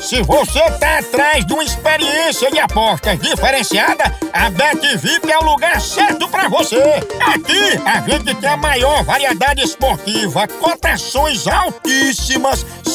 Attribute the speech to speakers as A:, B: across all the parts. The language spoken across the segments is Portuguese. A: Se você tá atrás de uma experiência de apostas diferenciada, a BetVip é o lugar certo pra você. Aqui a gente tem a maior variedade esportiva, cotações altíssimas,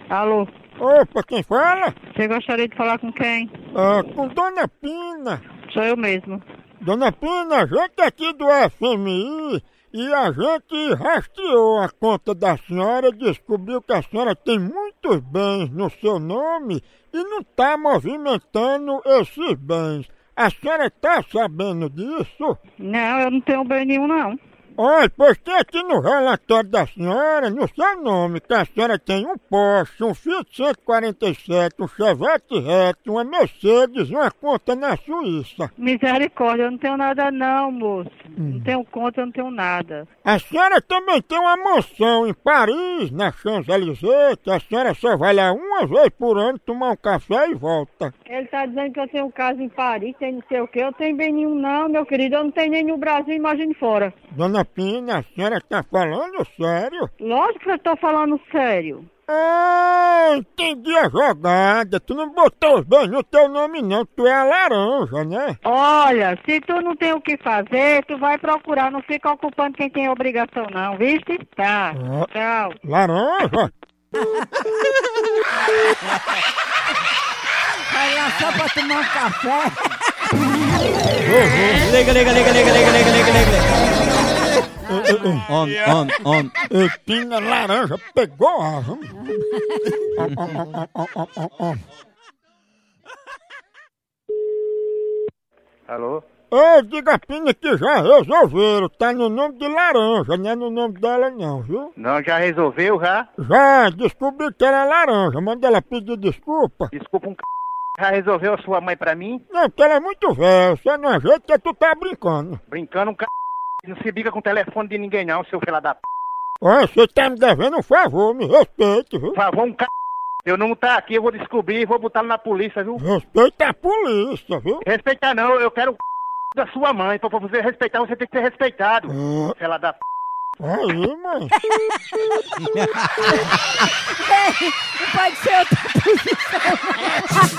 B: Alô,
A: Opa, quem fala?
B: você gostaria de falar com quem?
A: Ah, com Dona Pina.
B: Sou eu mesmo.
A: Dona Pina, a gente aqui do FMI e a gente rastreou a conta da senhora e descobriu que a senhora tem muitos bens no seu nome e não tá movimentando esses bens. A senhora tá sabendo disso?
B: Não, eu não tenho bem nenhum, não.
A: Olha, pois tem aqui no relatório da senhora, no seu nome, que a senhora tem um Porsche, um Fiat 147, um Chevette reto, uma Mercedes, uma conta na Suíça.
B: Misericórdia, eu não tenho nada, não, moço. Não tenho conta, eu não tenho nada.
A: A senhora também tem uma mansão em Paris, na Champs-Élysées, que a senhora só vai lá uma vez por ano tomar um café e volta.
B: Ele tá dizendo que eu tenho casa em Paris, tem não sei o quê. Eu tenho bem nenhum, não, meu querido. Eu não tenho nem no Brasil, imagine fora.
A: Dona Pina, a senhora tá falando sério?
B: Lógico que eu tô falando sério.
A: Ah, entendi a jogada. Tu não botou os bens no teu nome não, tu é a laranja, né?
B: Olha, se tu não tem o que fazer, tu vai procurar. Não fica ocupando quem tem obrigação, não, viste? Tá,
A: Ah.
B: tchau.
A: Laranja?
C: Vai lá só pra tomar um café.
D: Liga, liga, liga, liga, liga, liga, liga, liga. Homem, homem, homem.
A: Eu tinha laranja, pegou a rama.
E: Alô?
A: Ô, diga a Pina que já resolveram. Tá no nome de laranja, não é no nome dela não, viu?
E: Não, já resolveu já?
A: Já descobri que era laranja, manda ela pedir desculpa.
E: Desculpa um c... Já resolveu a sua mãe pra mim?
A: Não, porque ela é muito velha, você não ajeita, tu tá brincando.
E: Brincando um c... Não se bica com o telefone de ninguém não, seu filho da p...
A: Ó, você tá me devendo um favor, me respeite, viu?
E: Por favor, um c... Eu não tá aqui, eu vou descobrir e vou botá-lo na polícia, viu?
A: Respeita a polícia, viu?
E: Respeitar não, eu quero o c... da sua mãe. Pra pra você respeitar, você tem que ser respeitado.
A: Ah,
E: Filha da p...
A: aí, mãe.
C: Ei, não pode ser outra posição.